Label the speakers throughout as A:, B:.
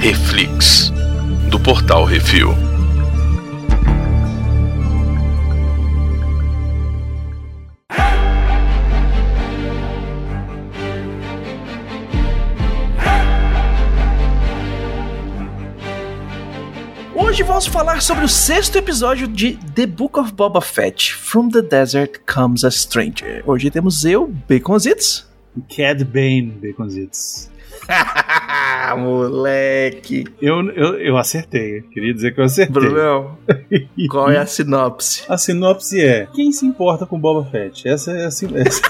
A: Reflix, do portal Refil.
B: Hoje vamos falar sobre o sexto episódio de The Book of Boba Fett, From the Desert Comes a Stranger. Hoje temos eu, Baconzitos.
C: Cad Bane, Baconzitos.
B: Moleque.
C: Eu, eu, eu acertei, queria dizer que eu acertei.
B: Brunão, qual é a sinopse?
C: A sinopse é: quem se importa com Boba Fett? Essa é a sinopse.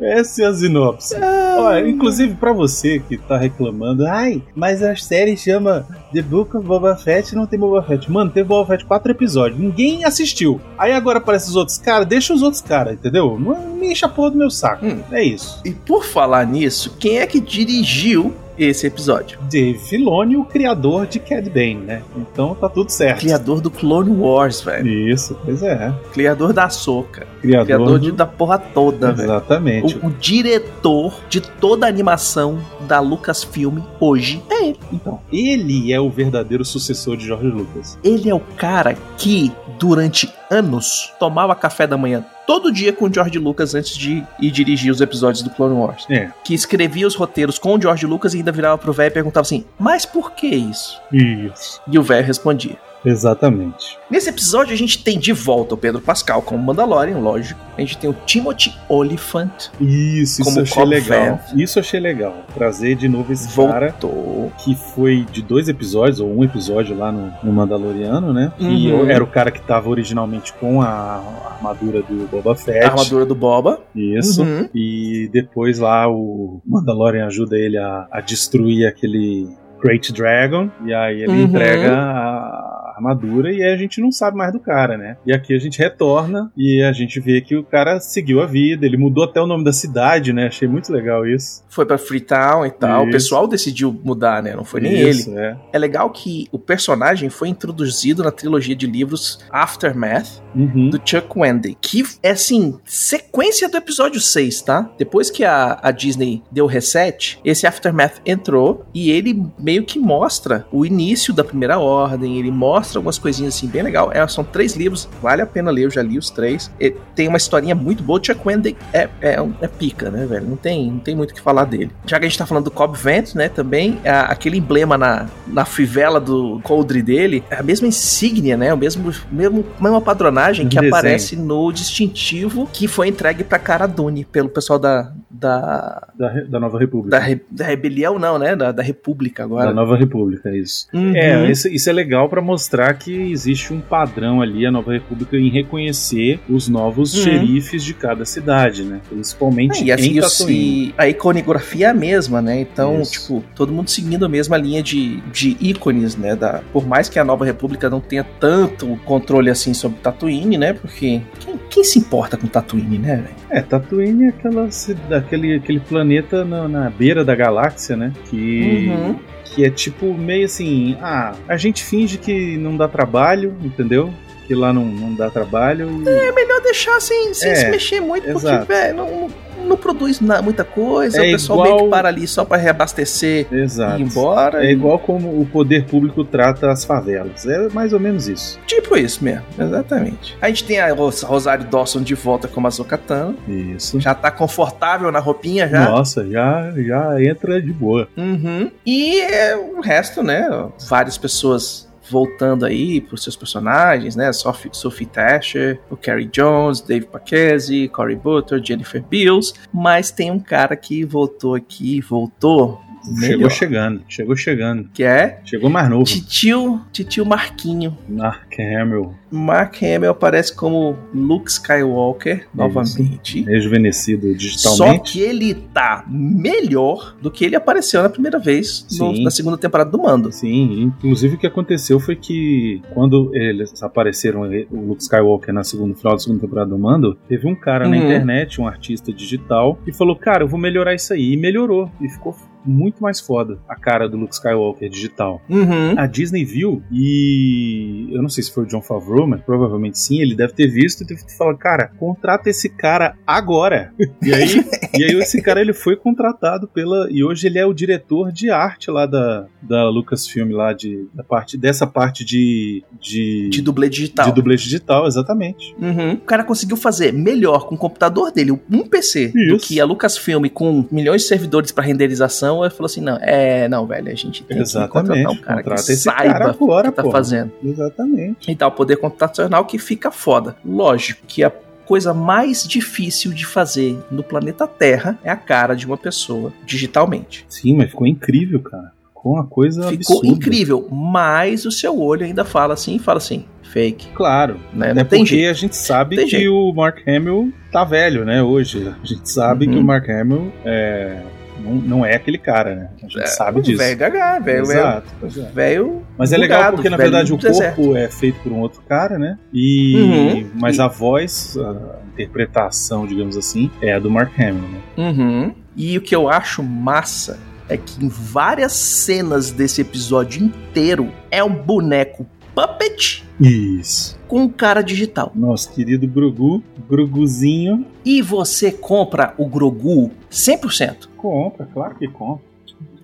C: Essa é a sinopse. Olha, inclusive pra você que tá reclamando, ai, mas a série chama The Book of Boba Fett e não tem Boba Fett. Mano, teve Boba Fett quatro episódios, ninguém assistiu. Aí agora aparecem os outros caras, deixa os outros caras, entendeu? Não me enche a porra do meu saco.
B: Hum.
C: É isso.
B: E por falar nisso, quem é que dirigiu esse episódio?
C: Dave Filoni, o criador de Cad Bane, né? Então tá tudo certo.
B: Criador do Clone Wars, velho.
C: Isso, pois é.
B: Criador da Soca.
C: Criador,
B: Criador
C: do-
B: de, da porra toda, velho.
C: Exatamente.
B: O, o diretor de toda a animação da Lucasfilm hoje é ele.
C: Então, ele é o verdadeiro sucessor de George Lucas.
B: Ele é o cara que, durante anos, tomava café da manhã todo dia com o George Lucas antes de ir dirigir os episódios do Clone Wars.
C: É.
B: Que escrevia os roteiros com o George Lucas e ainda virava pro velho e perguntava assim: Mas por que isso?
C: Isso.
B: E o velho respondia.
C: Exatamente.
B: Nesse episódio a gente tem de volta o Pedro Pascal como Mandalorian, lógico. A gente tem o Timothy Oliphant
C: Isso,
B: Como
C: isso eu achei
B: Cobb
C: legal. Isso eu achei legal. Trazer de novo esse cara
B: voltou.
C: que foi de dois episódios, ou um episódio lá no, no Mandaloriano, né? E
B: Uhum.
C: eu- era o cara que tava originalmente com a armadura do Boba Fett.
B: A armadura do Boba.
C: é Isso.
B: Uhum.
C: E depois lá o Mandalorian ajuda ele a, a destruir aquele Great Dragon. E aí ele
B: Uhum.
C: entrega a armadura e aí a gente não sabe mais do cara, né? E aqui a gente retorna e a gente vê que o cara seguiu a vida. Ele mudou até o nome da cidade, né? Achei muito legal isso.
B: Foi pra Freetown e tal. O
C: Isso.
B: pessoal decidiu mudar, né? Não foi nem ele.
C: isso, É.
B: É legal que o personagem foi introduzido na trilogia de livros Aftermath
C: Uhum.
B: do Chuck Wendy, que é assim, sequência do episódio 6, tá? Depois que a, a Disney deu reset, esse Aftermath entrou e ele meio que mostra o início da primeira ordem, ele mostra algumas coisinhas assim bem legal. É, são três livros, vale a pena ler, eu já li os três. E tem uma historinha muito boa, o Chuck Wendy é, é, um- é pica, né, velho? Não tem, não tem muito o que falar dele. Já que a gente tá falando do Cobb Vent, né, também, a- aquele emblema na, na fivela do coldre dele, é a mesma insígnia, né, o mesmo, mesmo mesma padronagem que
C: Desenho.
B: aparece aparece no distintivo que foi entregue pra Cara Dune pelo pessoal da. da.
C: Da, Re- da Nova
B: da,
C: República.
B: re- da rebelião, não, né? Da, da República
C: Da
B: agora.
C: Nova República, isso.
B: Uhum.
C: É, isso, isso é legal pra mostrar que existe um padrão ali, a Nova República, em reconhecer os novos
B: Uhum.
C: xerifes de cada cidade, né? Principalmente
B: Ah, e assim,
C: em
B: o-
C: Tatooine.
B: se- a iconografia é a mesma, né? Então,
C: Isso.
B: tipo, todo mundo seguindo a mesma linha de, de ícones, né? Da, por mais que a Nova República não tenha tanto controle assim sobre Tatooine, né? Porque quem, quem se importa com Tatooine, né, velho?
C: É, Tatooine é aquela, cida- aquele, aquele planeta na, na beira da galáxia, né? Que,
B: Uhum.
C: que é tipo meio assim, ah, a gente finge que não dá trabalho, entendeu? Que lá não, não dá trabalho. e-
B: É melhor deixar sem, sem
C: É,
B: se mexer muito,
C: exato.
B: porque, velho, não, não- não produz na- muita coisa.
C: É
B: o pessoal
C: igual-
B: meio que para ali só pra reabastecer
C: Exato.
B: ir embora.
C: É
B: e-
C: igual como o poder público trata as favelas. É mais ou menos isso.
B: Tipo isso mesmo, exatamente. A gente tem a Ros- Rosário Dawson de volta como a Zocatana.
C: Isso.
B: Já tá confortável na roupinha já.
C: Nossa, já, já entra de boa.
B: Uhum. E é, o resto, né? Várias pessoas voltando aí pros seus personagens, né? Sophie, Sophie Tasher, o Carrie Jones, Dave Paquese, Cory Butler, Jennifer Bills. Mas tem um cara que voltou aqui, voltou,
C: Chegou
B: Melhor.
C: chegando, chegou chegando.
B: que é
C: Chegou mais novo.
B: Titio, Titio Marquinho.
C: Mark Hamill,
B: Mark Hamill aparece como Luke Skywalker novamente.
C: rejuvenescido
B: Só
C: digitalmente.
B: que ele tá melhor do que ele apareceu na primeira vez no-
C: Sim.
B: na segunda temporada do Mando.
C: Sim, inclusive o que aconteceu foi que quando eles apareceram, ele- o Luke Skywalker na segunda, no final da segunda temporada do Mando, teve um cara na
B: Uhum.
C: internet, um artista digital, e falou, cara, eu vou melhorar isso aí. E melhorou, e ficou muito mais foda a cara do Luke Skywalker digital.
B: Uhum.
C: A Disney viu e eu não sei se se foi o John Favreau, mas provavelmente sim, ele deve ter visto e deve ter falado, cara, contrata esse cara agora. E aí, e aí esse cara ele foi contratado pela. E hoje ele é o diretor de arte lá da, da Lucasfilm, lá de, da parte, dessa parte de. De,
B: De dublê digital.
C: de dublê digital, exatamente.
B: Uhum. O cara conseguiu fazer melhor com o computador dele, um PC, do
C: Isso.
B: que a Lucasfilm com milhões de servidores pra renderização. Ele falou assim: não, é, não, velho, a gente tem
C: Exatamente.
B: que contratar um cara
C: Contrata
B: que
C: esse
B: saiba
C: cara agora,
B: o que tá
C: pô.
B: fazendo.
C: Exatamente.
B: E tal, poder computacional que fica foda. Lógico que a coisa mais difícil de fazer no planeta Terra é a cara de uma pessoa digitalmente.
C: Sim, mas ficou incrível, cara. Ficou uma coisa
B: Ficou
C: absurda.
B: incrível, mas o seu olho ainda fala assim, fala assim, fake,
C: Claro,
B: né?
C: É
B: Não tem
C: porque
B: jeito.
C: a gente sabe
B: Tem
C: que
B: jeito.
C: o Mark Hamill tá velho, né? Hoje. A gente sabe
B: Uhum.
C: que o Mark Hamill é, não, não é aquele cara, né? A gente sabe disso.
B: Velho gagá, velho, velho,
C: Exato. pois é.
B: velho.
C: Mas é legal
B: bugado,
C: porque, na
B: velho
C: verdade, o
B: do deserto.
C: corpo é feito por um outro cara, né? E,
B: Uhum.
C: Mas
B: E-
C: a voz, a interpretação, digamos assim, é a do Mark Hamill, né?
B: Uhum. E o que eu acho massa é que em várias cenas desse episódio inteiro é um boneco puppet
C: Isso.
B: com cara digital.
C: Nosso querido Grugu, Gruguzinho,
B: E você compra o Grogu 100%.
C: compra, claro que compra.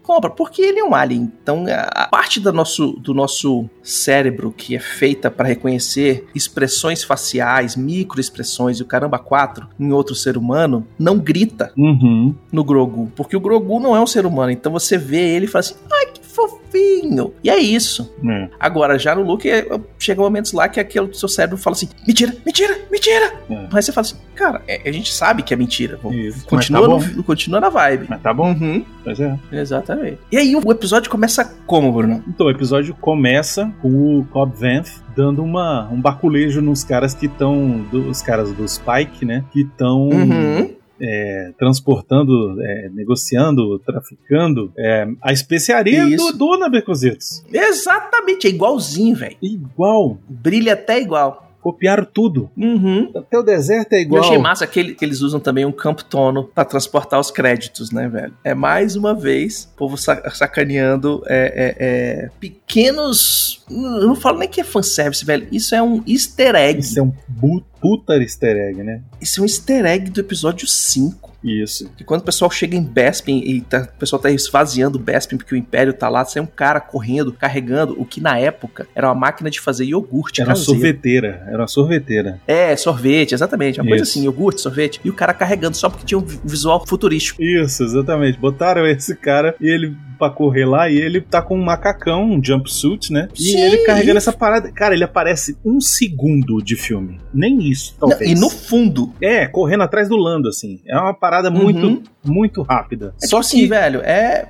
B: Compra, porque ele é um alien. Então, a a parte do nosso, do nosso cérebro que é feita para reconhecer expressões faciais, microexpressões e o caramba quatro em outro ser humano, não grita.
C: Uhum.
B: no Grogu, porque o Grogu não é um ser humano, então você vê ele e fala assim, ai que fofinho, e é isso.
C: É,
B: Agora, já no Luke, é- chega momentos lá que aquele seu cérebro fala assim, mentira, mentira, mentira,
C: É.
B: mas você fala assim, cara, é- a gente sabe que é mentira, Vou-
C: isso.
B: continua,
C: mas tá bom.
B: no- continua na vibe.
C: Mas tá bom,
B: Uhum,
C: pois é.
B: exatamente. E aí o episódio começa como, Bruno?
C: Então, o episódio começa com o Cobb Vanth dando uma, um baculejo nos caras que estão. Os caras do Spike, né? Que estão
B: Uhum,
C: transportando, é, negociando, traficando é, a especiaria
B: Isso.
C: do, do Nabecozitos.
B: Exatamente, é igualzinho, velho.
C: Igual.
B: Brilha até igual.
C: Copiaram tudo.
B: Uhum.
C: Até o deserto é
B: Eu
C: igual.
B: achei massa que, ele- que eles usam também um campo tono pra transportar os créditos, né, velho? É mais uma vez o povo sa- sacaneando é, é, é, pequenos. Eu não falo nem que é fanservice, velho. Isso é um easter egg.
C: Isso é um bu- puta easter egg, né?
B: Isso é um easter egg do episódio 5.
C: Isso.
B: Que quando o pessoal chega em Bespin e tá- o pessoal tá esvaziando Bespin porque o Império tá lá, sai um cara correndo, carregando o que na época era uma máquina de fazer iogurte
C: Era uma
B: caseiro.
C: sorveteira. Era uma sorveteira.
B: É, sorvete, exatamente. Uma coisa
C: Isso.
B: assim, iogurte, sorvete. E o cara carregando só porque tinha um vi- visual futurístico.
C: Isso, exatamente. Botaram esse cara e ele pra correr lá e ele tá com um macacão, um jumpsuit, né? E
B: Sim.
C: ele carregando essa parada. Cara, ele aparece um segundo de filme. Nem isso,
B: Não,
C: talvez.
B: e no fundo.
C: É, correndo atrás do Lando, assim. É uma parada
B: Uhum.
C: muito, muito rápida.
B: É Só que, velho, é.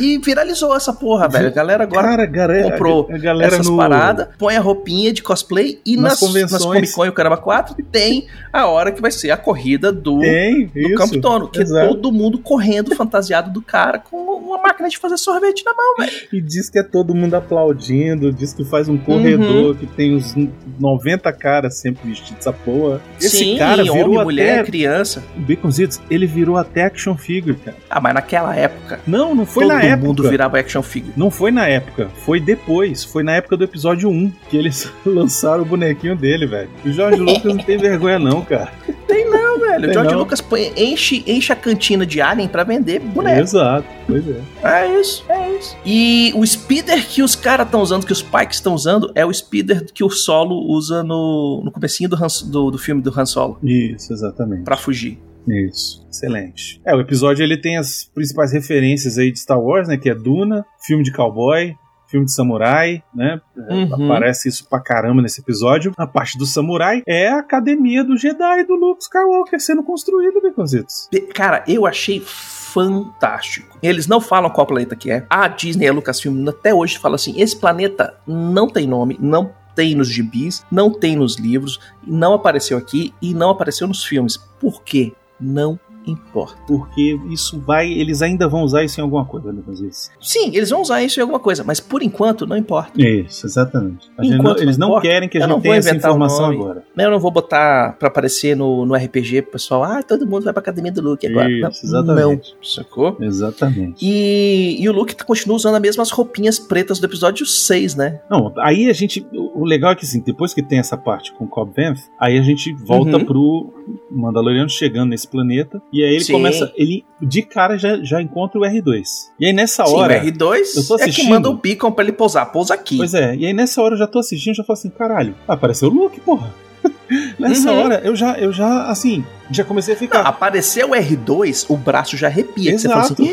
B: e viralizou essa porra, velho. A galera agora
C: cara, galera,
B: comprou
C: a galera
B: essas
C: no...
B: paradas, põe a roupinha de cosplay e
C: Nas
B: nas, nas
C: convenções.
B: Comic Con e o Caramba 4 tem a hora que vai ser a corrida do,
C: Tem,
B: do
C: É isso.
B: Campo Tono, que
C: exato.
B: é todo mundo correndo fantasiado do cara com uma máquina de fazer sorvete na mão.
C: E diz que é todo mundo aplaudindo, diz que faz
B: Uhum.
C: um corredor que tem uns 90 caras sempre vestidos essa porra. Esse
B: Sim,
C: cara
B: homem,
C: virou
B: mulher,
C: até.
B: criança.
C: O Baconzitos, ele virou até action figure, cara.
B: Ah, mas naquela época,
C: Não, não foi
B: todo
C: na época.
B: mundo virava action figure.
C: Não foi na época, foi depois. Foi na época do episódio 1 que eles lançaram o bonequinho dele, velho. O Jorge Lucas não tem vergonha, não, cara.
B: Não, velho.
C: Tem
B: O George
C: não.
B: Lucas põe- enche, enche a cantina de Alien pra vender boneco.
C: Exato, pois é.
B: É isso, é isso. E o speeder que os caras estão usando, que os Pikes estão usando, é o speeder que o Solo usa no, no comecinho do, Han- do, do filme do Han Solo,
C: Isso, exatamente.
B: pra fugir.
C: Isso. Excelente. É, o episódio ele tem as principais referências aí de Star Wars, né? Que é Duna, filme de cowboy, filme de samurai, né?
B: Uhum.
C: Aparece isso pra caramba nesse episódio. A parte do samurai é a academia do Jedi e do Luke Skywalker sendo construída, Baconzitos.
B: Pe- Cara, eu achei fantástico. Eles não falam qual planeta que é. A Disney e a Lucasfilm até hoje fala assim, esse planeta não tem nome, não tem nos gibis, não tem nos livros, não apareceu aqui e não apareceu nos filmes. Por quê? Não importa.
C: Porque isso vai. Eles ainda vão usar isso em alguma coisa, né, às vezes.
B: Sim, eles vão usar isso em alguma coisa, mas por enquanto não importa.
C: Isso, exatamente. A gente
B: Enquanto
C: não- eles
B: não
C: não
B: importa,
C: querem que a
B: eu não vou
C: gente tenha essa
B: inventar o
C: informação
B: nome.
C: agora.
B: Né, Eu não vou botar pra aparecer no, no RPG pro pessoal, ah, todo mundo vai pra academia do Luke agora.
C: Isso,
B: não,
C: exatamente.
B: não, sacou?
C: Exatamente.
B: E, e o Luke continua usando as mesmas roupinhas pretas do episódio 6, né?
C: Não, aí a gente. O o legal é que assim, depois que tem essa parte com o Cobb Vanth, aí a gente volta
B: Uhum.
C: pro Mandaloriano chegando nesse planeta. E aí ele
B: Sim.
C: começa. Ele de cara já, já encontra o R2. E aí nessa
B: Sim,
C: hora.
B: o R2
C: eu tô
B: é que
C: assistindo.
B: manda o beacon pra ele pousar. Pousa aqui.
C: Pois é, e aí nessa hora eu já tô assistindo, já falo assim, caralho, apareceu o Luke, porra. nessa
B: Uhum.
C: hora eu já, eu já, assim, já comecei a ficar.
B: Não, apareceu o R2, o braço já arrepia. que Você fala
C: Exato.
B: assim,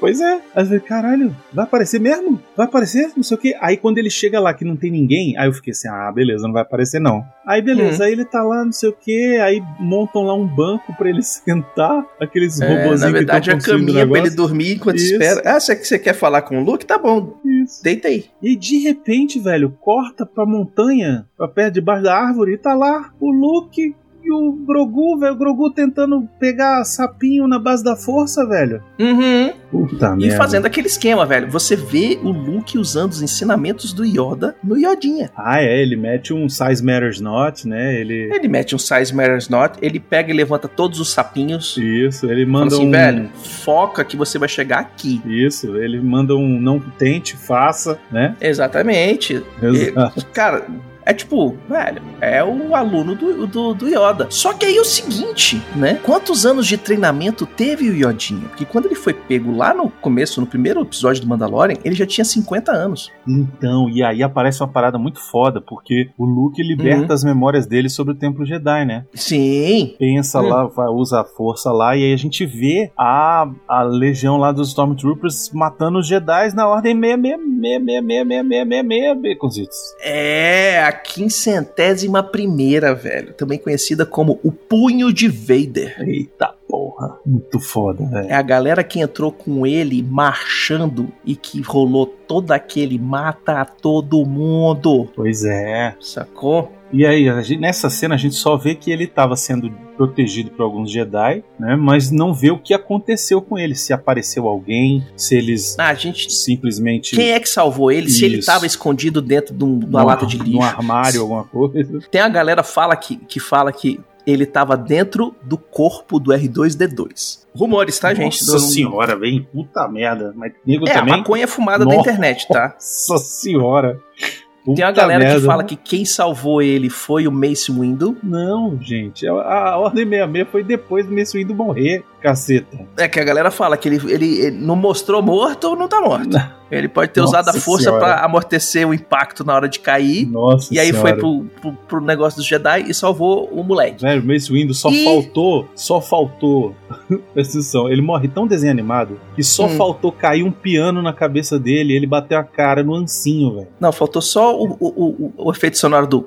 C: pois é. Aí eu falei, caralho, vai aparecer mesmo? Vai aparecer? Não sei o quê. Aí quando ele chega lá que não tem ninguém, aí eu fiquei assim, ah, beleza, não vai aparecer não. Aí
B: Hum.
C: beleza, aí ele tá lá, não sei o quê, aí montam lá um banco pra ele sentar, aqueles
B: É,
C: robôzinhos
B: na verdade,
C: que
B: a
C: estão construindo o
B: caminha pra ele
C: negócio.
B: dormir enquanto
C: Isso.
B: espera. Ah, você, você quer falar com o Luke? Tá bom,
C: Isso.
B: deita aí.
C: E de repente, velho, corta pra montanha, pra perto debaixo da árvore, e tá lá o Luke e o Grogu, velho. O Grogu tentando pegar sapinho na base da força, velho.
B: Uhum.
C: Puta
B: E fazendo aquele esquema, velho. Você vê o Luke usando os ensinamentos do Yoda no Yodinha.
C: Ah, é, ele mete um Size Matters Not, né? Ele.
B: Ele mete um size matters not, ele pega e levanta todos os sapinhos.
C: Isso, ele
B: Fala
C: manda
B: assim,
C: um.
B: velho, foca que você vai chegar aqui.
C: Isso, ele manda um não tente, faça, né?
B: Exatamente.
C: Exato.
B: Cara, é tipo, velho, é o aluno do, do, do Yoda. Só que aí é o seguinte, né? Quantos anos de treinamento teve o Yodinha? Porque quando ele foi pego lá no começo, no primeiro episódio do Mandalorian, ele já tinha 50 anos.
C: Então, e aí aparece uma parada muito foda, porque o Luke liberta
B: Uhum.
C: as memórias dele sobre o Templo Jedi, né?
B: Sim.
C: pensa
B: Hum.
C: lá, vai, usa a força lá, e aí a gente vê a, a legião lá dos Stormtroopers matando os Jedi na ordem 666666666, Baconzitos.
B: É a quinzentésima primeira, velho. Também conhecida como o Punho de Vader.
C: Eita porra, muito foda, velho.
B: É a galera que entrou com ele marchando e que rolou todo aquele mata a todo mundo.
C: Pois é.
B: Sacou?
C: E aí, a gente- nessa cena a gente só vê que ele estava sendo protegido por alguns Jedi, né? Mas não vê o que aconteceu com ele, se apareceu alguém, se eles
B: Ah, a gente
C: simplesmente
B: Quem é que salvou ele? Se ele
C: Isso.
B: tava escondido dentro de, um- de uma
C: num-
B: lata de lixo.
C: num armário alguma coisa.
B: Tem a galera fala que, que fala que ele tava dentro do corpo do R2D2. Rumores, tá, gente?
C: Nossa
B: Não-
C: senhora, velho, puta merda. Mas nego
B: É, a
C: também.
B: maconha fumada da
C: Nossa.
B: internet, tá?
C: Nossa senhora.
B: Tem
C: Puta
B: a galera que
C: merda.
B: fala que quem salvou ele foi o Mace Windu.
C: Não, gente. A, a Ordem 66 foi depois do Mace Windu morrer, caceta.
B: É que a galera fala que ele, ele, ele não mostrou morto ou não tá morto. Ele pode ter
C: Nossa
B: usado a força
C: Senhora.
B: pra amortecer o impacto na hora de cair.
C: Nossa
B: E aí
C: senhora.
B: foi pro, pro, pro negócio dos Jedi e salvou o moleque.
C: Velho, o Mace Windu só
B: E-
C: faltou, só faltou. Presta atenção, ele morre tão desenho animado que só
B: Hum.
C: faltou cair um piano na cabeça dele e ele bateu a cara no ancinho, velho.
B: Não, faltou só o, o, o, o efeito sonoro do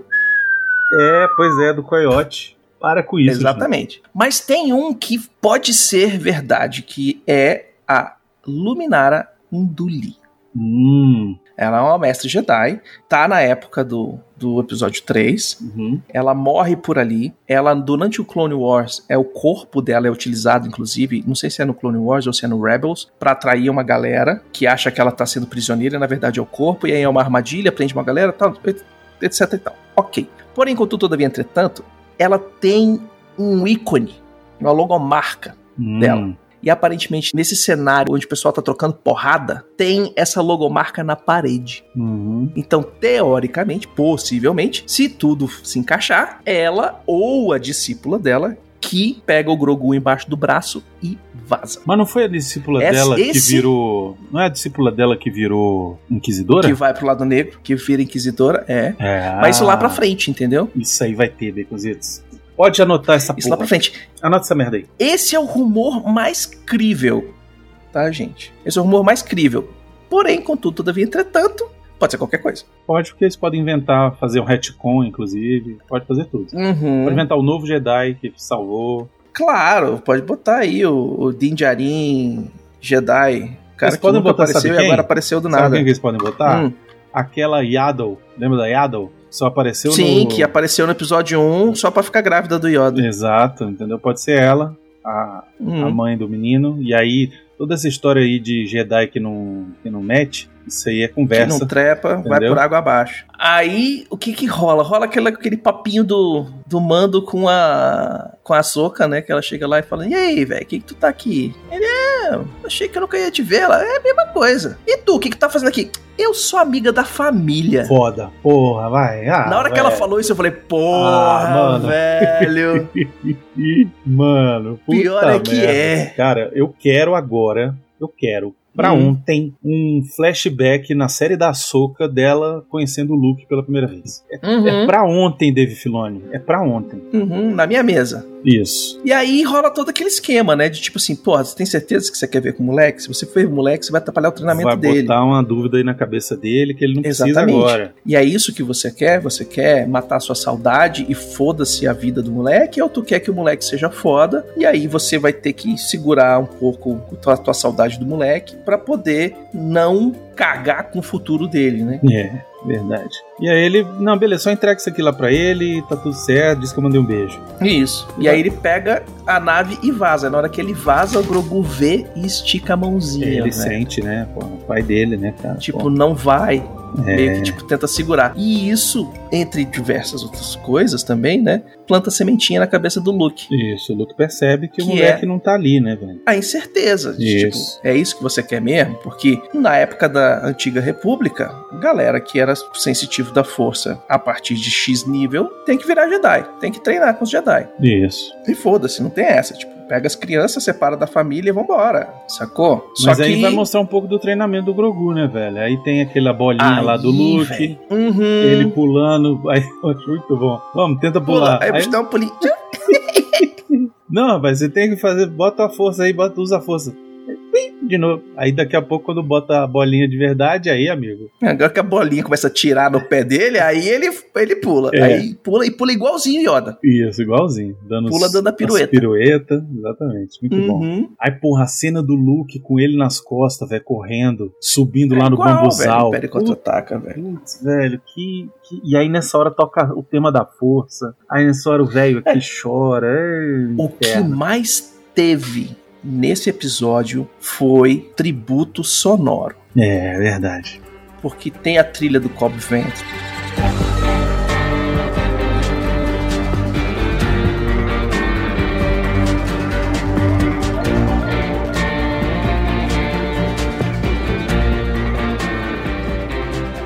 C: É, pois é, do coiote. Para com isso.
B: Exatamente. Mas tem um que pode ser verdade, que é a Luminara Unduli.
C: gente. Hum.
B: Ela é uma mestre Jedi, tá na época do, do episódio 3.
C: Uhum.
B: Ela morre por ali. Ela, durante o Clone Wars, é o corpo dela é utilizado, inclusive, não sei se é no Clone Wars ou se é no Rebels, pra atrair uma galera que acha que ela tá sendo prisioneira, e na verdade é o corpo, e aí é uma armadilha, prende uma galera, tal, et- etc e tal. Ok. Porém, contudo, todavia, entretanto, ela tem um ícone, uma logomarca
C: Hum.
B: Dela. e aparentemente, nesse cenário onde o pessoal tá trocando porrada, tem essa logomarca na parede.
C: Uhum.
B: Então, teoricamente, possivelmente, se tudo se encaixar, ela ou a discípula dela que pega o Grogu embaixo do braço e vaza.
C: Mas não foi a discípula
B: Essa-
C: dela que
B: esse-
C: virou. Não é a discípula dela que virou inquisidora?
B: Que vai pro lado negro, que vira inquisidora, é.
C: É.
B: Mas isso lá pra frente, entendeu?
C: Isso aí vai ter, Baconzitos. Pode anotar essa
B: Isso lá
C: porra.
B: pra frente.
C: Anota essa merda aí.
B: Esse é o rumor mais crível, tá, gente? Esse é o rumor mais crível. Porém, contudo, todavia, entretanto, pode ser qualquer coisa.
C: Pode, porque eles podem inventar, fazer um retcon, inclusive. Pode fazer tudo.
B: Uhum.
C: Pode inventar o novo Jedi que salvou.
B: Claro, pode botar aí o, o Din Djarin, Jedi, cara
C: Vocês
B: que
C: podem
B: nunca
C: botar, sabe
B: apareceu e
C: quem?
B: agora apareceu do
C: Sabe
B: nada.
C: quem que eles podem botar?
B: Hum,
C: Aquela Yaddle. Lembra da Yaddle? Só apareceu
B: sim,
C: no...
B: um que apareceu no episódio 1 só pra ficar grávida do Yoda. Hum,
C: Exato, entendeu? Pode ser ela. a, a mãe do menino. E aí, toda essa história aí de Jedi que não, que não mete, isso aí é
B: que
C: conversa.
B: não trepa, vai
C: entendeu?
B: por água abaixo. Aí, o que que rola? Rola aquela, aquele papinho do, do mando com a com a Soca, né? Que ela chega lá e fala, e aí, velho, o que que tu tá aqui? Ele, é, achei que eu nunca ia te ver. Ela, é a mesma coisa. E tu, o que que tu tá fazendo aqui? Eu sou amiga da família.
C: Foda, porra, vai. ah,
B: Na hora que ela
C: velho.
B: falou isso, eu falei,
C: Ah,
B: porra,
C: mano."
B: velho.
C: Ih, Mano, puta
B: Pior é que
C: merda.
B: é.
C: Cara, eu quero agora, eu quero, pra
B: Hum.
C: ontem, um flashback na série da Soca dela conhecendo o Luke pela primeira vez. É,
B: Hum?
C: é pra ontem, Dave Filoni. É pra ontem.
B: Uhum, na minha mesa.
C: Isso.
B: E aí rola todo aquele esquema, né? De tipo assim, porra, você tem certeza que você quer ver com o moleque? Se você for ver com o moleque, você vai atrapalhar o treinamento
C: Vai
B: dele.
C: botar uma dúvida aí na cabeça dele que ele não precisa
B: Exatamente.
C: agora.
B: E é isso que você quer? Você quer matar sua saudade e foda-se a vida do moleque? Ou tu quer que o moleque seja foda? E aí você vai ter que segurar um pouco a tua, tua saudade do moleque pra poder não cagar com o futuro dele, né?
C: É, verdade. E aí ele, não, beleza, só entrega isso aqui lá pra ele, tá tudo certo, diz que eu mandei um beijo.
B: Isso. E aí ele pega a nave e vaza. Na hora que ele vaza, o Grogu vê e estica a mãozinha.
C: É, ele
B: né?
C: sente, né? Pô, o pai dele, né, cara?
B: Tipo,
C: Pô,
B: não vai.
C: é,
B: Meio que, tipo, tenta segurar. E isso, entre diversas outras coisas também, né? Planta sementinha na cabeça do Luke.
C: Isso, o Luke percebe que, o
B: Que é.
C: moleque não tá ali, né, velho?
B: A incerteza. de,
C: Isso.
B: Tipo, é isso que você quer mesmo? Porque na época da antiga república, galera que era sensitivo da força a partir de X nível tem que virar Jedi. Tem que treinar com os Jedi.
C: Isso.
B: E foda-se, não tem essa. Tipo, pega as crianças, separa da família e vambora. Sacou?
C: Mas aí vai mostrar um pouco do treinamento do Grogu, né, velho? Aí tem aquela bolinha
B: Aí,
C: lá do Luke,
B: velho. Uhum.
C: ele pulando. Aí eu acho muito bom. Vamos, tenta
B: pula.
C: pular.
B: Aí,
C: Aí-
B: aí... dá um pulinho.
C: Não, rapaz, você tem que fazer. Bota a força aí, bota, usa a força. Aí, pim, De novo. Aí daqui a pouco, quando bota a bolinha de verdade, aí, amigo.
B: É, Agora que a bolinha começa a tirar no pé dele, aí ele, ele pula.
C: É.
B: Aí pula e pula igualzinho Yoda.
C: Isso, igualzinho. Dando
B: Pula
C: os-
B: dando a
C: as
B: pirueta.
C: Pirueta, exatamente. Muito bom.
B: Uhum.
C: Aí, porra, a cena do Luke com ele nas costas, velho, correndo, subindo lá
B: É
C: no
B: igual, velho.
C: bambuzal.
B: Império contra-ataca, velho.
C: Putz, velho, que, que- E aí nessa hora toca o tema da força. Aí nessa hora o velho aqui chora. é,
B: O que
C: inferno.
B: mais teve nesse episódio foi tributo sonoro.
C: É, é verdade.
B: Porque tem a trilha do Cobb Vent.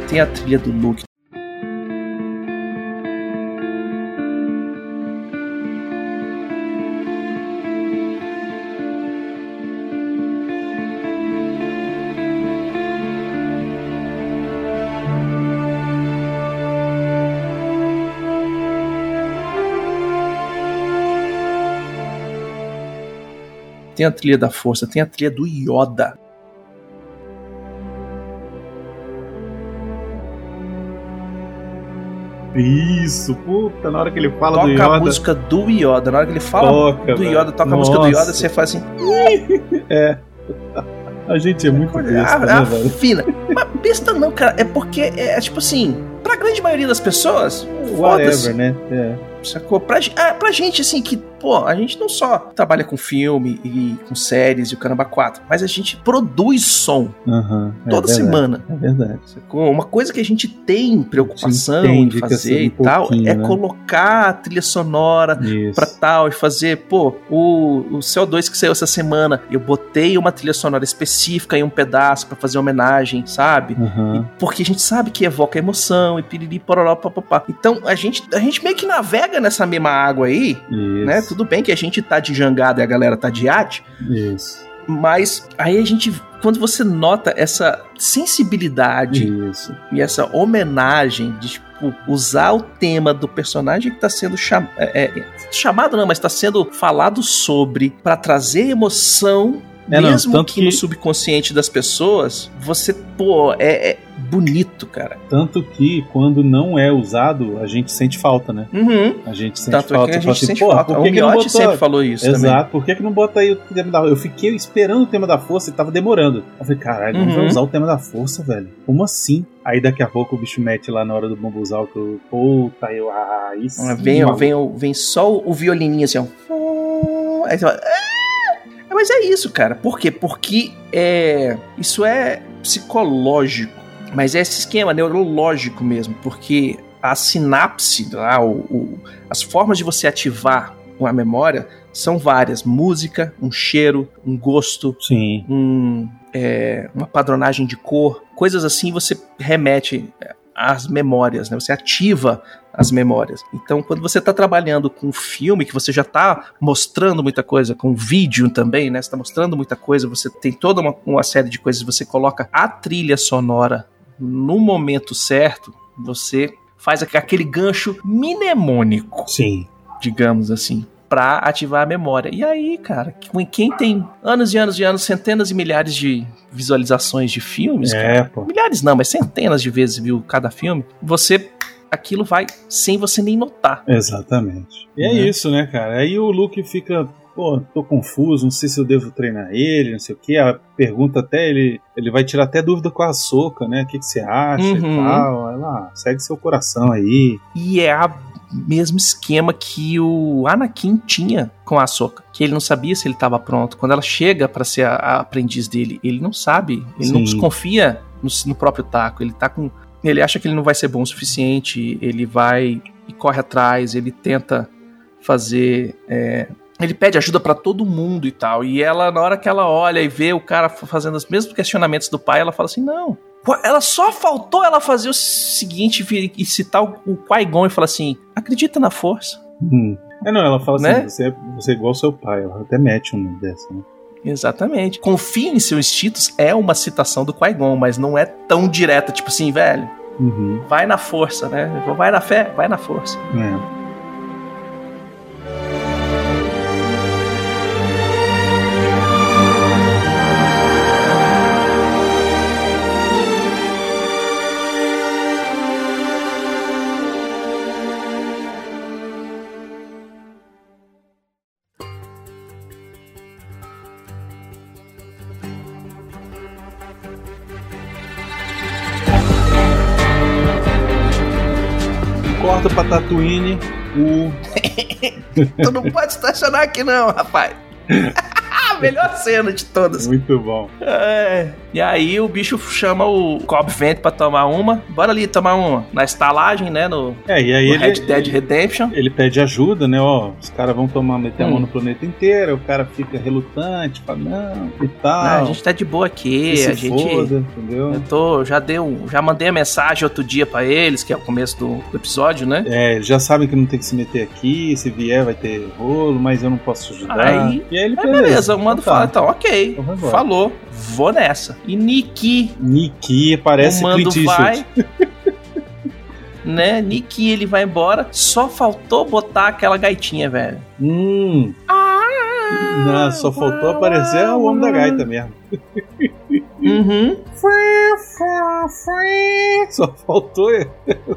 B: Tem a trilha do Luke. tem a trilha da força, tem a trilha do Yoda.
C: Isso, puta, na hora que ele fala
B: toca
C: do
B: a
C: Yoda.
B: música do Yoda. Na hora que ele fala
C: toca,
B: do
C: velho.
B: Yoda, toca a música do Yoda,
C: Nossa,
B: você faz assim,
C: A gente é muito besta,
B: ah,
C: né,
B: ah,
C: velho?
B: fina. Mas besta não, cara, é porque é, é tipo assim, pra grande maioria das pessoas, foda-se.
C: Whatever, né? É.
B: Sacou? Pra, ge- ah, pra gente, assim, que, pô, a gente não só trabalha com filme e com séries e o Caramba 4, mas a gente produz som
C: Aham, é
B: toda
C: verdade,
B: semana.
C: É verdade.
B: Sacou? Uma coisa que a gente tem preocupação
C: A gente
B: em
C: entende que é
B: fazer
C: só um
B: e tal
C: pouquinho,
B: é
C: né?
B: colocar a trilha sonora
C: Isso.
B: pra tal e fazer, pô, o, o CO2 que saiu essa semana, eu botei uma trilha sonora específica em um pedaço pra fazer homenagem, sabe?
C: Aham.
B: E- Porque a gente sabe que evoca emoção e piriri, pororó, papapá. Então a gente, a gente meio que navega nessa mesma água aí,
C: Isso.
B: né? Tudo bem que a gente tá de jangada e a galera tá de iate,
C: Isso.
B: mas aí a gente, quando você nota essa sensibilidade
C: Isso.
B: e essa homenagem de tipo, usar o tema do personagem que está sendo cham- é, é, chamado, não, mas está sendo falado sobre para trazer emoção.
C: É, não,
B: Mesmo
C: tanto
B: que,
C: que-
B: no subconsciente das pessoas, você, pô, é, é bonito, cara.
C: Tanto que quando não é usado, a gente sente falta, né?
B: Uhum.
C: A gente sente
B: Tanto é
C: falta.
B: que a
C: fala
B: gente
C: assim,
B: sente
C: "Porra,
B: falta.
C: por
B: O
C: que que não
B: Miotti
C: botou
B: sempre falou isso
C: Exato,
B: também.
C: por que, que não bota aí o tema da Eu fiquei esperando o tema da força e tava demorando. Eu falei, caralho, não vai
B: Uhum.
C: usar o tema da força, velho. Como assim? Aí daqui a pouco o bicho mete lá na hora do bambuzal que eu. Puta, eu. Ah, isso.
B: Vem, vem, o- vem só o violininho assim, ó. Aí você fala, "Ah!" Mas é isso, cara. Por quê? Porque é, isso é psicológico. Mas é esse esquema neurológico mesmo, porque a sinapse, lá, o, o- as formas de você ativar a memória são várias: música, um cheiro, um gosto,
C: Sim.
B: um, é, uma padronagem de cor, coisas assim você remete é, às memórias, né? Você ativa as memórias. Então, quando você está trabalhando com filme, que você já está mostrando muita coisa, com vídeo também, né? Você está mostrando muita coisa, você tem toda uma, uma série de coisas, você coloca a trilha sonora no momento certo, você faz aque- aquele gancho mnemônico
C: Sim.
B: digamos assim, pra ativar a memória. E aí, cara, com quem tem anos e anos e anos, centenas e milhares de visualizações de filmes, cara,
C: É, pô.
B: milhares não, mas centenas de vezes viu cada filme, você aquilo vai sem você nem notar.
C: Exatamente. E é
B: Né?
C: isso, né, cara? Aí o Luke fica, pô, tô confuso, não sei se eu devo treinar ele, não sei o que. A pergunta até ele, ele vai tirar até dúvida com a soca, né? O que, que você acha
B: Uhum.
C: e tal. Aí lá, segue seu coração aí.
B: E é o mesmo esquema que o Anakin tinha com a Ahsoka, que ele não sabia se ele estava pronto. Quando ela chega pra ser a, a aprendiz dele, ele não sabe, ele não
C: Sim.
B: desconfia no, no próprio taco, ele tá com ele acha que ele não vai ser bom o suficiente, ele vai e corre atrás, ele tenta fazer. é, ele pede ajuda pra todo mundo e tal. E ela, na hora que ela olha e vê o cara fa- fazendo os mesmos questionamentos do pai, ela fala assim: não. Qua- Ela só faltou ela fazer o seguinte vir- e citar o, o Qui-Gon e falar assim: acredita na força.
C: Hum. É, não, ela fala
B: Né?
C: assim, você, é- você é igual ao seu pai. Ela até mete um dessa, né?
B: Exatamente. Confie em seus instintos é uma citação do Qui-Gon, mas não é tão direta, tipo assim, velho,
C: Uhum.
B: vai na força, né? Vai na fé, vai na força.
C: É. Corta pra Tatooine, o
B: Tu não pode estacionar aqui não, rapaz. A melhor cena de todas.
C: Muito bom.
B: É. E aí o bicho chama o Cobb Vent pra tomar uma. Bora ali tomar uma. Na estalagem, né? No, no
C: É, e aí ele,
B: Red Dead Redemption.
C: ele pede ajuda, né? Ó, os caras vão tomar meter a
B: Hum.
C: mão no planeta inteiro, o cara fica relutante, fala, não, e
B: Ah,
C: tal.
B: a gente tá de boa
C: que
B: aqui.
C: se
B: A gente. é.
C: foda, entendeu?
B: Eu tô, já dei um, já mandei a mensagem outro dia pra eles, que é o começo do, do episódio, né?
C: É, eles já sabem que não tem que se meter aqui, se vier vai ter rolo, mas eu não posso ajudar.
B: Aí-
C: e aí ele
B: Aí beleza, o mando
C: então
B: fala,
C: tá.
B: então, ok.
C: Então vai embora.
B: Falou, vou nessa. E Niki,
C: Niki parece
B: o mando
C: Clint Eastwood.
B: vai. né? Niki, ele vai embora. Só faltou botar aquela gaitinha, velho.
C: Hum.
B: Ah,
C: Não, só faltou aparecer o homem da gaita mesmo.
B: Uhum.
C: Só faltou ele.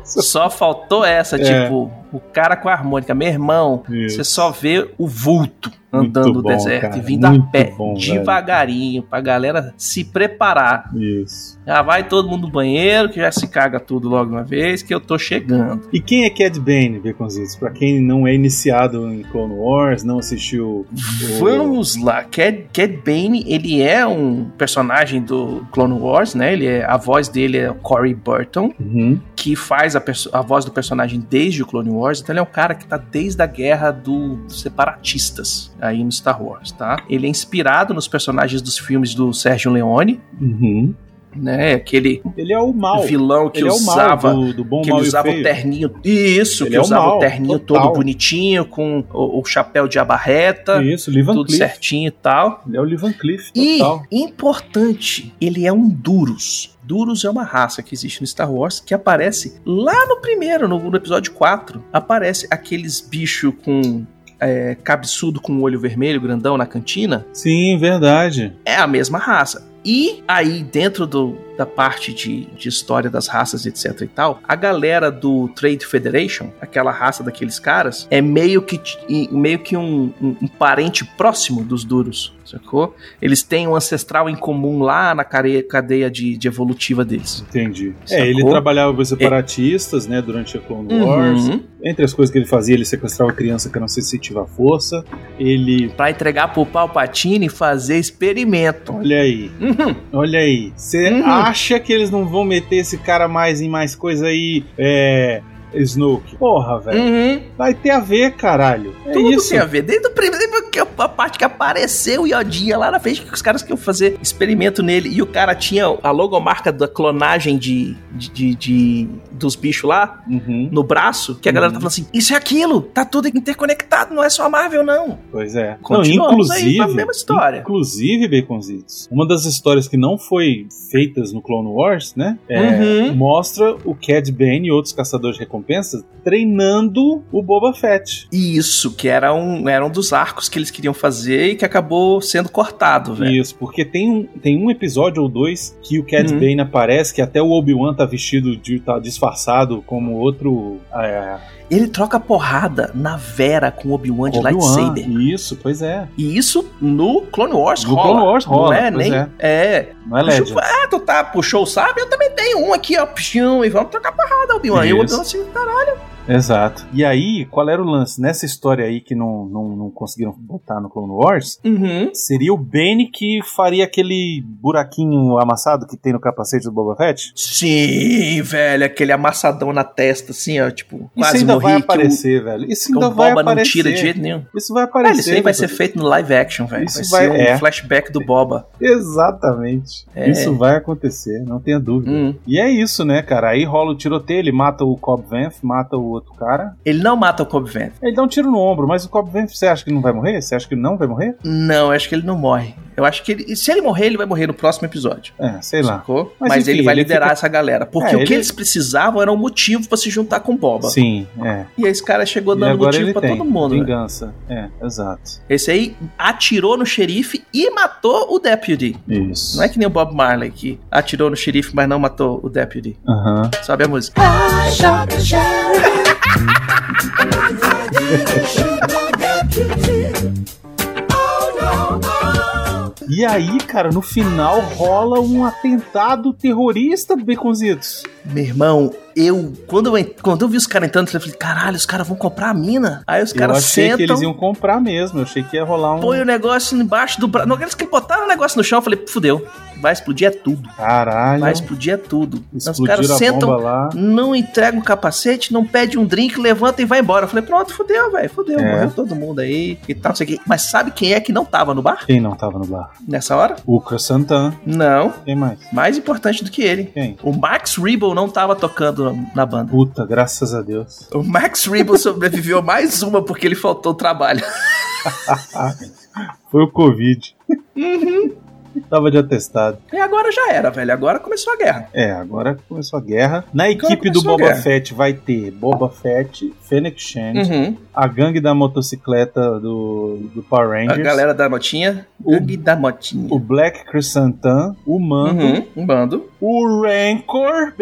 B: Só faltou essa,
C: É.
B: tipo, o cara com a harmônica. Meu irmão, você só vê o vulto andando
C: Muito
B: no
C: bom,
B: deserto
C: cara,
B: e vindo a
C: muito
B: pé,
C: bom, velho.
B: devagarinho, pra galera se preparar.
C: Isso.
B: Já vai todo mundo no banheiro, que já se caga tudo logo de uma vez, que eu tô chegando.
C: E quem é Cad Bane, Beconzitos? Pra quem não é iniciado em Clone Wars, não assistiu. o-
B: Vamos lá, Cad, Cad Bane, ele é um personagem do Clone Wars, né? Ele é, a voz dele é o Corey Burton.
C: Uhum.
B: que faz a, perso- a voz do personagem desde o Clone Wars, então ele é um cara que tá desde a guerra do- dos separatistas aí no Star Wars, tá? Ele é inspirado nos personagens dos filmes do Sérgio Leone,
C: Uhum.
B: né? Aquele
C: Ele é o mal.
B: vilão que
C: ele é o mal
B: usava
C: do, do bom,
B: que
C: mal
B: ele
C: e
B: usava
C: feio.
B: o terninho. Isso,
C: Ele
B: que
C: é o
B: usava o
C: mal,
B: terninho
C: total.
B: todo bonitinho com o, o chapéu de abarreta,
C: Isso, Lee Van
B: tudo
C: Cleef.
B: certinho e tal.
C: Ele é o Lee Van Cleef,
B: E,
C: total.
B: importante, ele é um Duros. Duros é uma raça que existe no Star Wars que aparece lá no primeiro, no, no episódio 4. Aparece aqueles bichos com. É, cabeçudo com olho vermelho, grandão na cantina.
C: Sim, verdade.
B: É a mesma raça. E aí, dentro do, da parte de, de história das raças, etc e tal, a galera do Trade Federation, aquela raça daqueles caras, é meio que, t- e- meio que um, um- um parente próximo dos duros, sacou? Eles têm um ancestral em comum lá na care- cadeia de, de evolutiva deles.
C: Entendi.
B: Sacou?
C: É, ele trabalhava com os separatistas, né, durante a Clone Wars.
B: Uhum.
C: Entre as coisas que ele fazia, ele sequestrava criança que não se sentiva força. Ele.
B: Pra entregar pro Palpatine e fazer experimento.
C: Olha aí,
B: Uhum.
C: olha aí. Você
B: Uhum.
C: acha que eles não vão meter esse cara mais em mais coisa aí? É. Snoke. Porra, velho.
B: Uhum.
C: Vai ter a ver, caralho. É
B: Tudo
C: isso.
B: tem a ver. Desde o primeiro que a parte que apareceu o Yodinha lá na frente, que os caras queriam fazer experimento nele. E o cara tinha a logomarca da clonagem de, de, de- de- dos bichos lá
C: Uhum,
B: no braço, que a galera
C: Uhum.
B: tá falando assim: isso é aquilo, tá tudo interconectado, não é só a Marvel, não.
C: pois é. Não,
B: Continuamos tá aí
C: inclusive.
B: com a mesma história.
C: Inclusive, Baconzitos, uma das histórias que não foi feitas no Clone Wars, né?
B: Uhum.
C: Mostra o Cad Bane e outros caçadores de recompensas treinando o Boba Fett.
B: E Isso, que era um, era um dos arcos que eles queriam fazer e que acabou sendo cortado, velho.
C: Isso, porque tem um, tem um episódio ou dois que o Cad
B: Uhum.
C: Bane aparece, que até o Obi-Wan tá vestido, de, tá disfarçado como outro... É,
B: Ele troca porrada na Vera com o Obi-Wan de
C: Obi-Wan.
B: lightsaber.
C: Isso, pois é.
B: E isso no Clone Wars
C: No
B: rola.
C: Clone Wars rola,
B: Não é,
C: pois
B: nem.
C: é.
B: É.
C: Não é Legends.
B: Puxa, ah, tu tá, puxou o sábio? Eu também tenho um aqui, ó. Pshum, e vamos trocar porrada, Obi-Wan. E o
C: Isso.
B: Obi-Wan assim, caralho.
C: Exato. E aí, qual era o lance? Nessa história aí que não, não, não conseguiram botar no Clone Wars,
B: Uhum.
C: seria o Bane que faria aquele buraquinho amassado que tem no capacete do Boba Fett?
B: Sim, velho, aquele amassadão na testa, assim, ó, tipo,
C: Isso
B: quase
C: ainda
B: morri.
C: vai
B: que o-
C: aparecer, velho. Isso
B: que o,
C: ainda vai
B: Boba não
C: aparecer.
B: tira de jeito nenhum.
C: Isso vai
B: Velho,
C: aparecer.
B: isso aí vai ser
C: Dudu.
B: feito no live action, velho.
C: Isso
B: Vai,
C: vai-
B: ser um
C: é.
B: flashback do Boba.
C: Exatamente.
B: É.
C: Isso vai acontecer, não tenha dúvida.
B: Hum.
C: E é isso, né, cara? Aí rola o tiroteio, ele mata o Cobb Vanth, mata o outro cara.
B: Ele não mata o Cobb Vanth.
C: Ele dá um tiro no ombro, mas o Cobb Vanth, você acha que não vai morrer? Você acha que ele não vai morrer?
B: Não, eu acho que ele não morre. Eu acho que ele, se ele morrer, ele vai morrer no próximo episódio.
C: É, sei lá.
B: Sacou?
C: Mas
B: Mas,
C: enfim,
B: ele vai
C: ele
B: liderar
C: fica-
B: essa galera. Porque
C: É,
B: o que
C: ele-
B: eles precisavam era um motivo pra se juntar com o Boba.
C: Sim, é.
B: E esse cara chegou
C: e
B: dando
C: agora ele
B: motivo um pra
C: tem
B: todo mundo. né? velho.
C: Vingança. É, exato.
B: Esse aí atirou no xerife e matou o deputy.
C: Isso.
B: Não é que nem o Bob Marley que atirou no xerife, mas não matou o deputy.
C: Aham.
B: Sabe a música?
C: E aí, cara, no final rola um atentado terrorista, Baconzitos.
B: Meu irmão, eu. Quando eu, en- quando eu vi os caras entrando, eu falei, caralho, os caras vão comprar a mina. Aí os
C: Eu
B: caras
C: achei
B: sentam.
C: que eles iam comprar mesmo. Eu achei que ia rolar um.
B: Põe o negócio embaixo do braço. Não, aqueles que botaram o negócio no chão, eu falei, fudeu. Vai explodir é tudo.
C: Caralho.
B: Vai explodir é tudo. Os
C: Explodiram
B: caras
C: a
B: sentam,
C: bomba lá.
B: não entrega o capacete, não pede um drink, levanta e vai embora. Eu falei, pronto, fudeu, velho, fudeu,
C: É.
B: morreu todo mundo aí e tal, não sei o quê. Mas sabe quem é que não tava no bar
C: Quem não tava no bar?
B: nessa hora?
C: O Croissantan.
B: Não,
C: Quem mais?
B: mais importante do que ele.
C: Quem?
B: O Max Rebo não tava tocando na- na banda.
C: Puta, graças a Deus.
B: O Max Rebo sobreviveu a mais uma porque ele faltou o trabalho.
C: Ah, Foi o Covid.
B: Uhum.
C: Tava de atestado.
B: E agora já era, velho. Agora começou a guerra.
C: É, agora começou a guerra. Na equipe
B: começou
C: do
B: a
C: Boba
B: guerra.
C: Fett vai ter Boba Fett, Fennec Shand,
B: Uhum.
C: a gangue da motocicleta do, do Power
B: A
C: Rangers,
B: galera da notinha.
C: O-
B: Gangue da motinha.
C: o Black Chrysanthemum, o Mando,
B: Uhum, um bando.
C: o Rancor,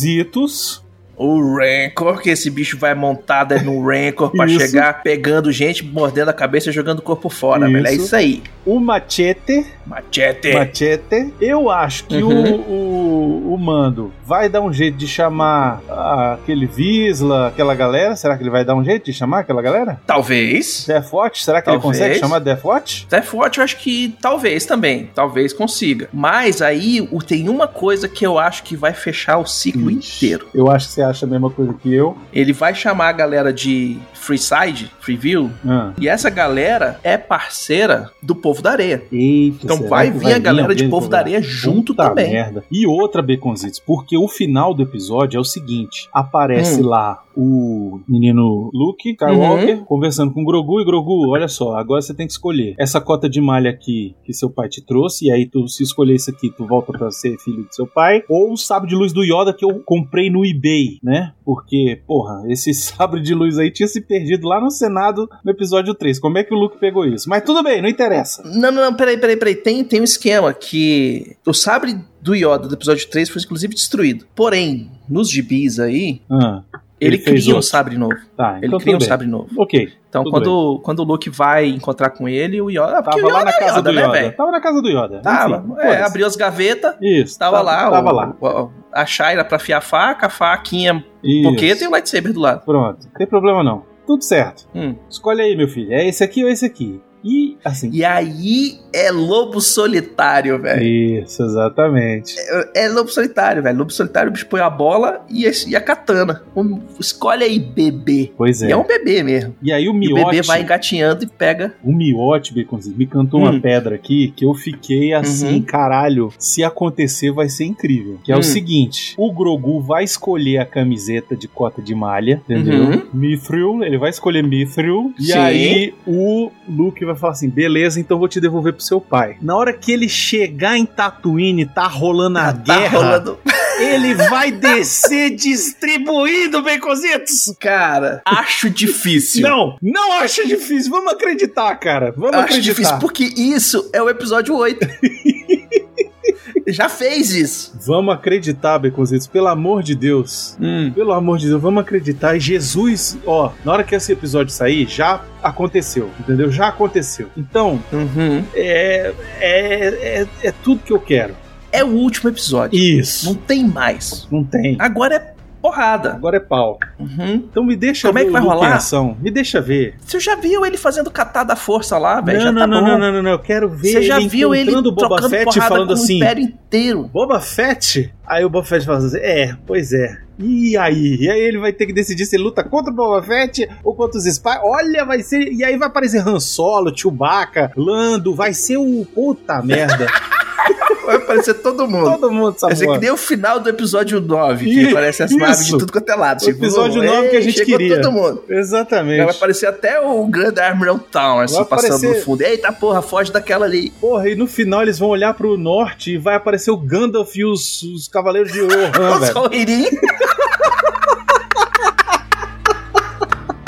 C: Baconzitos,
B: O Rancor, que esse bicho vai montado é no Rancor pra
C: Isso.
B: chegar pegando gente, mordendo a cabeça e jogando o corpo fora,
C: Isso.
B: velho. É isso aí.
C: o Machete,
B: Machete.
C: Machete. Eu acho que
B: É. Uhum.
C: o, o, o Mando vai dar um jeito de chamar ah, aquele Visla, aquela galera. Será que ele vai dar um jeito de chamar aquela galera?
B: Talvez.
C: Death Watch? Será que ele
B: Talvez.
C: consegue chamar Death Watch?
B: Até forte, eu acho que talvez também. Talvez consiga. Mas aí o- tem uma coisa que eu acho que vai fechar o ciclo inteiro.
C: Eu acho que você acha a mesma coisa que eu.
B: Ele vai chamar a galera de Freeside, Freeview,
C: Ah.
B: e essa galera é parceira do povo da areia.
C: Eita,
B: Então
C: será
B: vai
C: que
B: vir a galera de
C: alguém
B: povo
C: do
B: da areia junto
C: Puta
B: também.
C: merda. E outra, Beconzitos, porque o final do episódio é o seguinte: aparece
B: Hum. Uhum.
C: lá o o menino Luke Skywalker conversando com o Grogu e Grogu, olha só, agora você tem que escolher essa cota de malha aqui que seu pai te trouxe e aí tu se escolher isso aqui, tu volta pra ser filho do seu pai, ou o sabre de luz do Yoda que eu comprei no eBay, né? Porque, porra, esse sabre de luz aí tinha se perdido lá no Senado no episódio 3. Como é que o Luke pegou isso? Mas tudo bem, não interessa.
B: Não, não, não, peraí, peraí, peraí. Tem, tem um esquema que o sabre do Yoda do episódio 3 foi inclusive destruído. Porém, nos gibis aí,
C: Ah,
B: ele,
C: Ele fez
B: cria um
C: outro.
B: sabre novo.
C: tá,
B: Ele
C: então
B: cria um
C: tudo bem.
B: sabre novo.
C: Ok,
B: Então,
C: tudo
B: quando, quando o Luke vai encontrar com ele, o Yoda.
C: tava
B: porque o Yoda
C: lá na
B: é
C: casa do
B: né,
C: Yoda.
B: velho?
C: tava na casa do Yoda.
B: Tava.
C: Enfim,
B: é,
C: foda-se.
B: abriu as gavetas,
C: Isso.
B: tava lá.
C: Tava
B: o-
C: lá.
B: o- a Shaira pra afiar a faca, a faquinha
C: Isso.
B: porque tem o lightsaber do lado.
C: Pronto, não tem problema não. Tudo certo.
B: Hum.
C: Escolhe aí, meu filho. É esse aqui ou esse aqui? E assim.
B: E aí é lobo solitário, velho.
C: Isso, exatamente.
B: É lobo solitário, velho. Lobo solitário, o bicho põe a bola e a, e a katana. Um- escolhe aí, bebê.
C: Pois é.
B: E é um bebê mesmo.
C: E aí o
B: E o
C: miote,
B: bebê vai engatinhando e pega.
C: o miote, Baconzinho, me cantou
B: Hum.
C: uma pedra aqui que eu fiquei assim,
B: Uhum.
C: caralho, se acontecer vai ser incrível. Que é
B: Hum.
C: o seguinte, o Grogu vai escolher a camiseta de cota de malha, entendeu?
B: Uhum.
C: Mithril, ele vai escolher Mithril. E
B: Sim.
C: aí o Luke vai falar assim, beleza, então vou te devolver pro seu pai. Na hora que ele chegar em Tatooine, tá rolando a
B: Tá
C: guerra,
B: rolando.
C: ele vai descer distribuindo, Baconzitos!
B: Cara, acho difícil.
C: Não, não acho difícil. Vamos acreditar, cara. Vamos
B: acho
C: acreditar.
B: difícil porque isso é o episódio 8. Já fez isso.
C: Vamos acreditar, Beconzitos. Pelo amor de Deus. Pelo amor de Deus, vamos acreditar. E Jesus, ó, na hora que esse episódio sair, já aconteceu, entendeu? Já aconteceu. Então,
B: Uhum.
C: é, é, é, é tudo que eu quero.
B: É o último episódio. Não
C: Isso.
B: tem mais.
C: Não tem.
B: Agora é porrada.
C: Agora é pau.
B: Uhum.
C: Então me deixa
B: Como é
C: ver
B: que
C: o
B: vai
C: Luke em
B: rolar?
C: ação. Me deixa ver.
B: Você já viu ele fazendo catar da força lá, velho? Já
C: não,
B: tá
C: não,
B: bom.
C: não, não, não, não. Eu quero ver
B: Você já viu ele
C: encontrando o Boba
B: trocando
C: Fett e
B: porrada
C: falando
B: com o
C: assim...
B: império inteiro.
C: Boba Fett? Aí o Boba Fett fala assim: é, pois é. E aí? E aí ele vai ter que decidir se ele luta contra o Boba Fett ou contra os Spy. Olha, vai ser. E aí vai aparecer Han Solo, Chewbacca, Lando, vai ser o. Puta merda.
B: Vai aparecer todo mundo.
C: Todo mundo sabe.
B: Esse que nem o final do episódio 9, que
C: Ih,
B: aparece as naves
C: isso.
B: de tudo quanto é lado.
C: O episódio
B: "Ei,
C: 9 que a gente
B: chegou
C: queria."
B: todo mundo. Vai
C: Exatamente.
B: aparecer até o Grand Admiral Town, assim,
C: Vai
B: passando no
C: aparecer-
B: fundo. Eita porra, foge daquela ali.
C: Porra, e no final eles vão olhar pro norte e vai aparecer o Gandalf e os, os Cavaleiros de Orhan,
B: Nossa,
C: Ah, velho.
B: o Irim.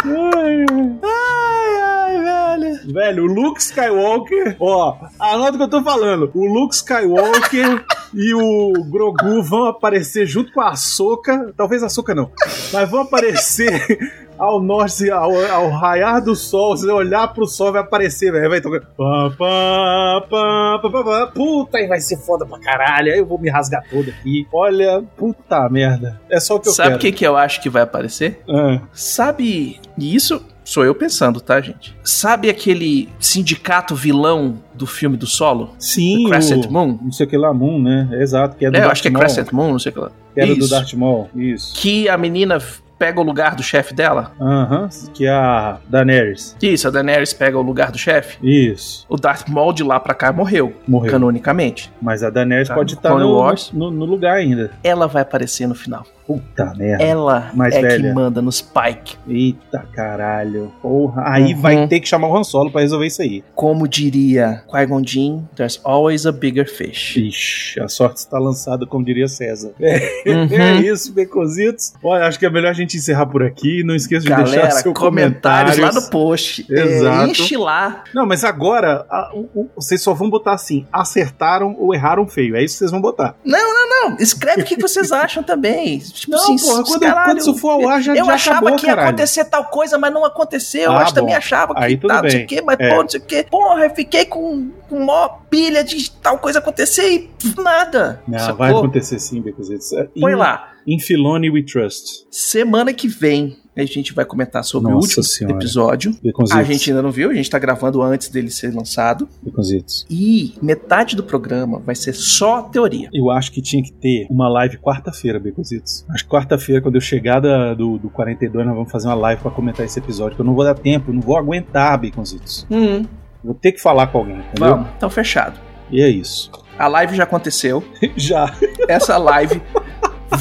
C: Ai,
B: Ai, ai, velho.
C: Velho, o Luke Skywalker, ó, anota o que eu tô falando. O Luke Skywalker e o Grogu vão aparecer junto com a Soca, talvez a Soca não, mas vão aparecer ao norte, ao, ao raiar do sol. Se você olhar pro sol, vai aparecer, velho. Vai tocar. Pá, pá, pá, pá, pá, pá. Puta, aí vai ser foda pra caralho. Aí eu vou me rasgar todo aqui. Olha, puta merda. É só o que eu
B: Sabe o
C: quero.
B: que, que eu acho que vai aparecer?
C: Ah,
B: Sabe. E isso sou eu pensando, tá, gente? Sabe aquele sindicato vilão do filme do solo?
C: sim,
B: The Crescent
C: o...
B: Moon?
C: Não sei o que lá, Moon, né? Exato, que é do
B: É, eu
C: Darth
B: acho que é
C: Maul.
B: Crescent Moon, não sei o que lá.
C: Que era do
B: Isso.
C: Darth Maul, isso.
B: Que a menina pega o lugar do chefe dela.
C: Aham, que é a Daenerys.
B: Isso, a Daenerys pega o lugar do chefe.
C: Isso,
B: O Darth Maul de lá pra cá morreu,
C: morreu.
B: canonicamente.
C: Mas a Daenerys
B: Tá,
C: pode
B: no
C: estar
B: Clone
C: no,
B: Wars.
C: no, no lugar ainda.
B: Ela vai aparecer no final.
C: Puta merda.
B: Ela
C: mais
B: é que
C: velha.
B: manda nos Pike.
C: Eita caralho. Porra, aí
B: Uhum.
C: vai ter que chamar o Han Solo pra resolver isso aí.
B: Como diria Qui-Gon Jinn, there's always a bigger fish.
C: Ixi, a sorte está lançada, como diria César. É, é
B: Uhum.
C: isso, Becositos. Olha, acho que é melhor a gente encerrar por aqui. Não esqueça de deixar
B: Galera,
C: seu
B: comentários
C: comentário.
B: lá no post. É,
C: Exato.
B: enche lá.
C: Não, mas agora a- o- o- vocês só vão botar assim: acertaram ou erraram feio. É isso que vocês vão botar.
B: Não, escreve o que vocês acham também. Tipo
C: Não,
B: assim,
C: porra, quando,
B: caralho, é
C: quando isso for ao ar, já,
B: Eu
C: já
B: achava
C: acabou,
B: que ia
C: caralho.
B: acontecer tal coisa, mas não aconteceu. eu
C: Ah,
B: acho, também
C: bom.
B: achava
C: Aí
B: que
C: tudo
B: tá, não sei
C: bem.
B: o quê, mas
C: É.
B: pô, não sei o quê. Porra, eu fiquei com, com mó pilha de tal coisa acontecer e pff, nada.
C: Não,
B: Sacou?
C: Ah, vai acontecer sim, Becozitos.
B: Põe lá.
C: Em Filone We Trust.
B: Semana que vem a gente vai comentar sobre o
C: Nossa
B: último
C: Senhora.
B: episódio.
C: Beconzitos.
B: A gente ainda não viu, a gente tá gravando antes dele ser lançado.
C: Beconzitos.
B: E metade do programa vai ser só teoria.
C: Eu acho que tinha que ter uma live quarta-feira, Becozitos. Acho que quarta-feira, quando eu chegar da- do, do 42, nós vamos fazer uma live pra comentar esse episódio, que eu não vou dar tempo, eu não vou aguentar, Becozitos.
B: Hum,
C: Vou ter que falar com alguém, entendeu?
B: vamos, então fechado.
C: E é isso.
B: A live já aconteceu.
C: Já.
B: Essa live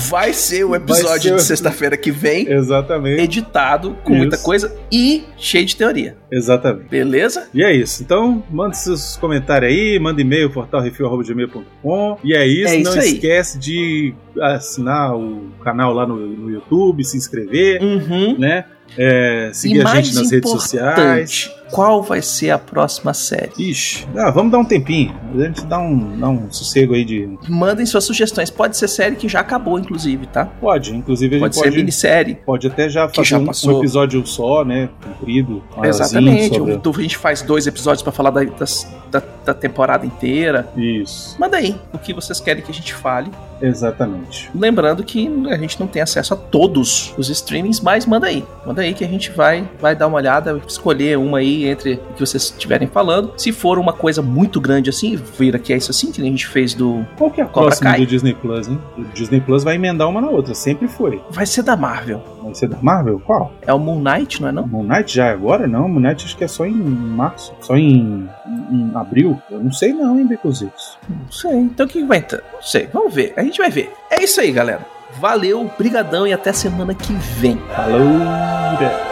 B: vai ser o episódio
C: ser o-
B: de sexta-feira que vem,
C: Exatamente.
B: editado com muita
C: Isso.
B: coisa e cheio de teoria.
C: Exatamente.
B: Beleza?
C: E é isso. Então, manda seus comentários aí, manda e-mail, portalrefil.com. E é isso.
B: É isso
C: não
B: aí.
C: esquece de assinar o canal lá no, no YouTube, se inscrever,
B: Uhum.
C: né? É, seguir a gente nas redes sociais.
B: qual vai ser a próxima série?
C: Ixi, ah, vamos dar um tempinho. A gente dá um, dá um sossego aí de.
B: Mandem suas sugestões. Pode ser série que já acabou, inclusive, tá?
C: Pode, inclusive a gente
B: Pode,
C: pode,
B: ser minissérie.
C: pode até já fazer
B: já
C: um,
B: passou.
C: um episódio só, né? Comprido. maiorzinho
B: Exatamente.
C: sobre-
B: Então A gente faz dois episódios pra falar da, das- da, da temporada inteira.
C: Isso,
B: Manda aí o que vocês querem que a gente fale.
C: exatamente.
B: Lembrando que a gente não tem acesso a todos os streamings, mas manda aí. Manda aí que a gente vai, vai dar uma olhada, escolher uma aí entre o que vocês estiverem falando. Se for uma coisa muito grande assim, vira que é isso assim, que nem a gente fez do.
C: Qual que é a
B: Cobra
C: próxima
B: Kai.
C: do Disney Plus, hein? O Disney Plus vai emendar uma na outra, sempre foi.
B: Vai ser da Marvel.
C: Vai ser da Marvel? Qual?
B: É o Moon Knight, não é não?
C: Moon Knight já é agora? Não, Moon Knight acho que é só em março, só em, em abril. Eu não sei não, hein, Becositos.
B: Não sei. Então o que vai entrar? Não sei. Vamos ver. A gente vai ver. É isso aí, galera. Valeu, brigadão e até semana que vem.
C: Falou! galera.